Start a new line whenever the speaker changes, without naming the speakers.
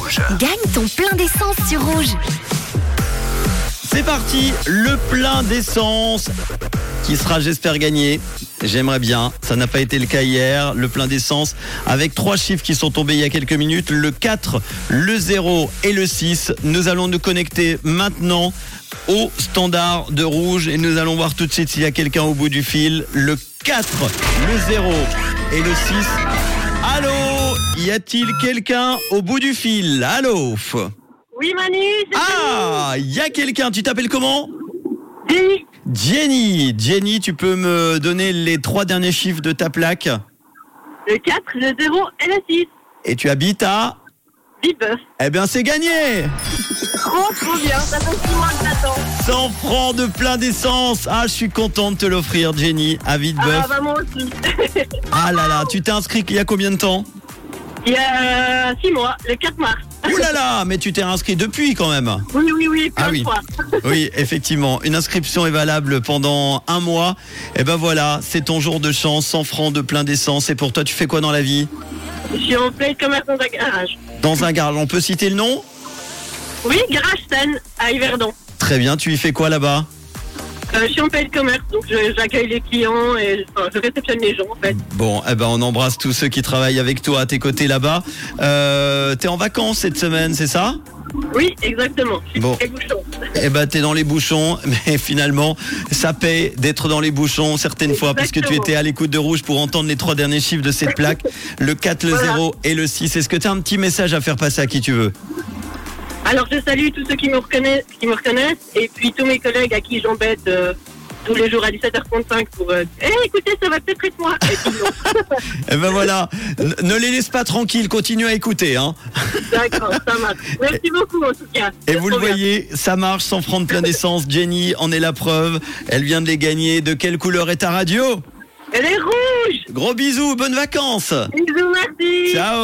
Rouge.
Gagne ton plein d'essence sur Rouge.
C'est parti, le plein d'essence qui sera, j'espère, gagné. J'aimerais bien. Ça n'a pas été le cas hier. Le plein d'essence avec trois chiffres qui sont tombés il y a quelques minutes. Le 4, le 0 et le 6. Nous allons nous connecter maintenant au standard de rouge et nous allons voir tout de suite s'il y a quelqu'un au bout du fil. Le 4, le 0 et le 6. Allô Y a-t-il quelqu'un au bout du fil Allô
Oui, Manu, c'est
Ah Y a quelqu'un Tu t'appelles comment
Denis.
Jenny, Jenny, tu peux me donner les trois derniers chiffres de ta plaque
Le 4, le 0 et le 6.
et tu habites à...
Bip.
Eh bien c'est gagné
Trop, Oh, trop bien. Ça fait six mois que j'attends.
100 francs de plein d'essence Ah, je suis content de te l'offrir Jenny, à
Ah,
Vitebeuf.
bah, moi aussi.
Ah là là, tu t'es inscrit il y a combien de temps
Il y a 6 mois, le 4 mars.
Ouh là là, mais tu t'es inscrit depuis quand même
Oui, oui, oui, plein
Ah oui.
de fois.
Oui, effectivement. Une inscription est valable pendant un mois. Et ben voilà, c'est ton jour de chance, 100 francs de plein d'essence. Et pour toi, tu fais quoi dans la vie
Je suis en plein commerce dans un garage.
Dans un garage, on peut citer le nom
Oui, garage Stan à Yverdon.
Très bien, tu y fais quoi là-bas
Euh, je suis en plein commerce, donc je- j'accueille les clients et enfin, je réceptionne les gens en fait.
Bon, eh ben on embrasse tous ceux qui travaillent avec toi à tes côtés là-bas. Euh, t'es en vacances cette semaine, c'est ça
Oui, exactement. Je suis
Bon.
très bouchon.
Eh ben t'es dans les bouchons, mais finalement ça paye d'être dans les bouchons certaines fois parce que tu
Exactement.
étais à l'écoute de Rouge pour entendre les trois derniers chiffres de cette plaque, le 4, le
Voilà.
0 et le 6. Est-ce que t'as un petit message à faire passer à qui tu veux
Alors je salue tous ceux qui me reconnaissent, qui me reconnaissent et puis tous mes collègues à qui j'embête euh, tous les jours à 17h35 pour euh, Eh, écoutez, ça va peut-être être moi. Et puis, non.
Eh ben voilà, N- ne les laisse pas tranquilles, continue à écouter. Hein.
D'accord, ça marche. Merci beaucoup en tout cas.
Et
C'est
vous le
trop bien.
voyez, ça marche sans francs de plein d'essence. Jenny en est la preuve. Elle vient de les gagner. De quelle couleur est ta radio
Elle est rouge
Gros bisous, bonnes vacances
Bisous, merci
Ciao